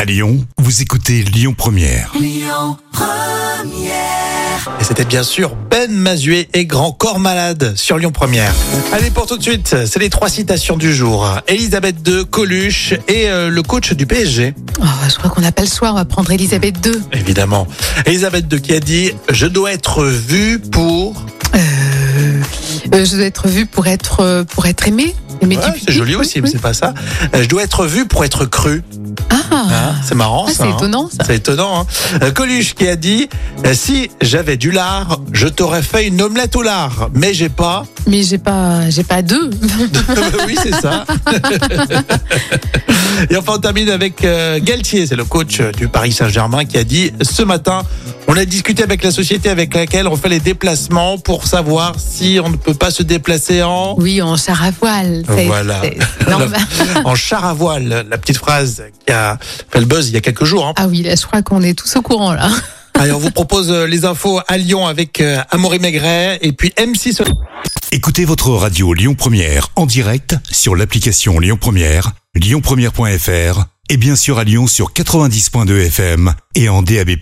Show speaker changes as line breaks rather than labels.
À Lyon, vous écoutez Lyon Première.
Et c'était bien sûr Ben Mazué et Grand Corps Malade sur Lyon Première. Allez pour tout de suite, c'est les trois citations du jour. Elisabeth II, Coluche et euh, le coach du PSG,
Oh, je crois qu'on n'a pas le soir, on va prendre Elisabeth II.
évidemment. Elisabeth II qui a dit « Je dois être vue pour...
Euh, euh, je dois être vue pour être, euh, pour être aimée. aimée » du
Ouais,
public,
C'est joli
oui,
aussi, mais
oui.
c'est pas ça. Euh, Je dois être vue pour être crue. Hein,
Ah,
c'est marrant
Ah,
ça.
c'est
hein.
étonnant ça.
C'est étonnant. hein. Euh, Coluche qui a dit « Si j'avais du lard, je t'aurais fait une omelette au lard, mais j'ai pas...
Mais j'ai pas, j'ai pas deux.
oui, c'est ça. Et enfin, on termine avec euh, Galtier, c'est le coach euh, du Paris Saint-Germain qui a dit ce matin, on a discuté avec la société avec laquelle on fait les déplacements pour savoir si on ne peut pas se déplacer en
Oui, en char à voile. C'est-
Voilà.
c'est- c'est normal.
en char à voile. La petite phrase qui a fait le buzz il y a quelques jours. hein.
Ah oui, là, je crois qu'on est tous au courant là.
Allez, on vous propose euh, les infos à Lyon avec euh, Amaury Maigret et puis M6.
Écoutez votre radio Lyon Première en direct sur l'application Lyon Première, lyonpremière.fr et bien sûr à Lyon sur 90.2 FM et en DAB+.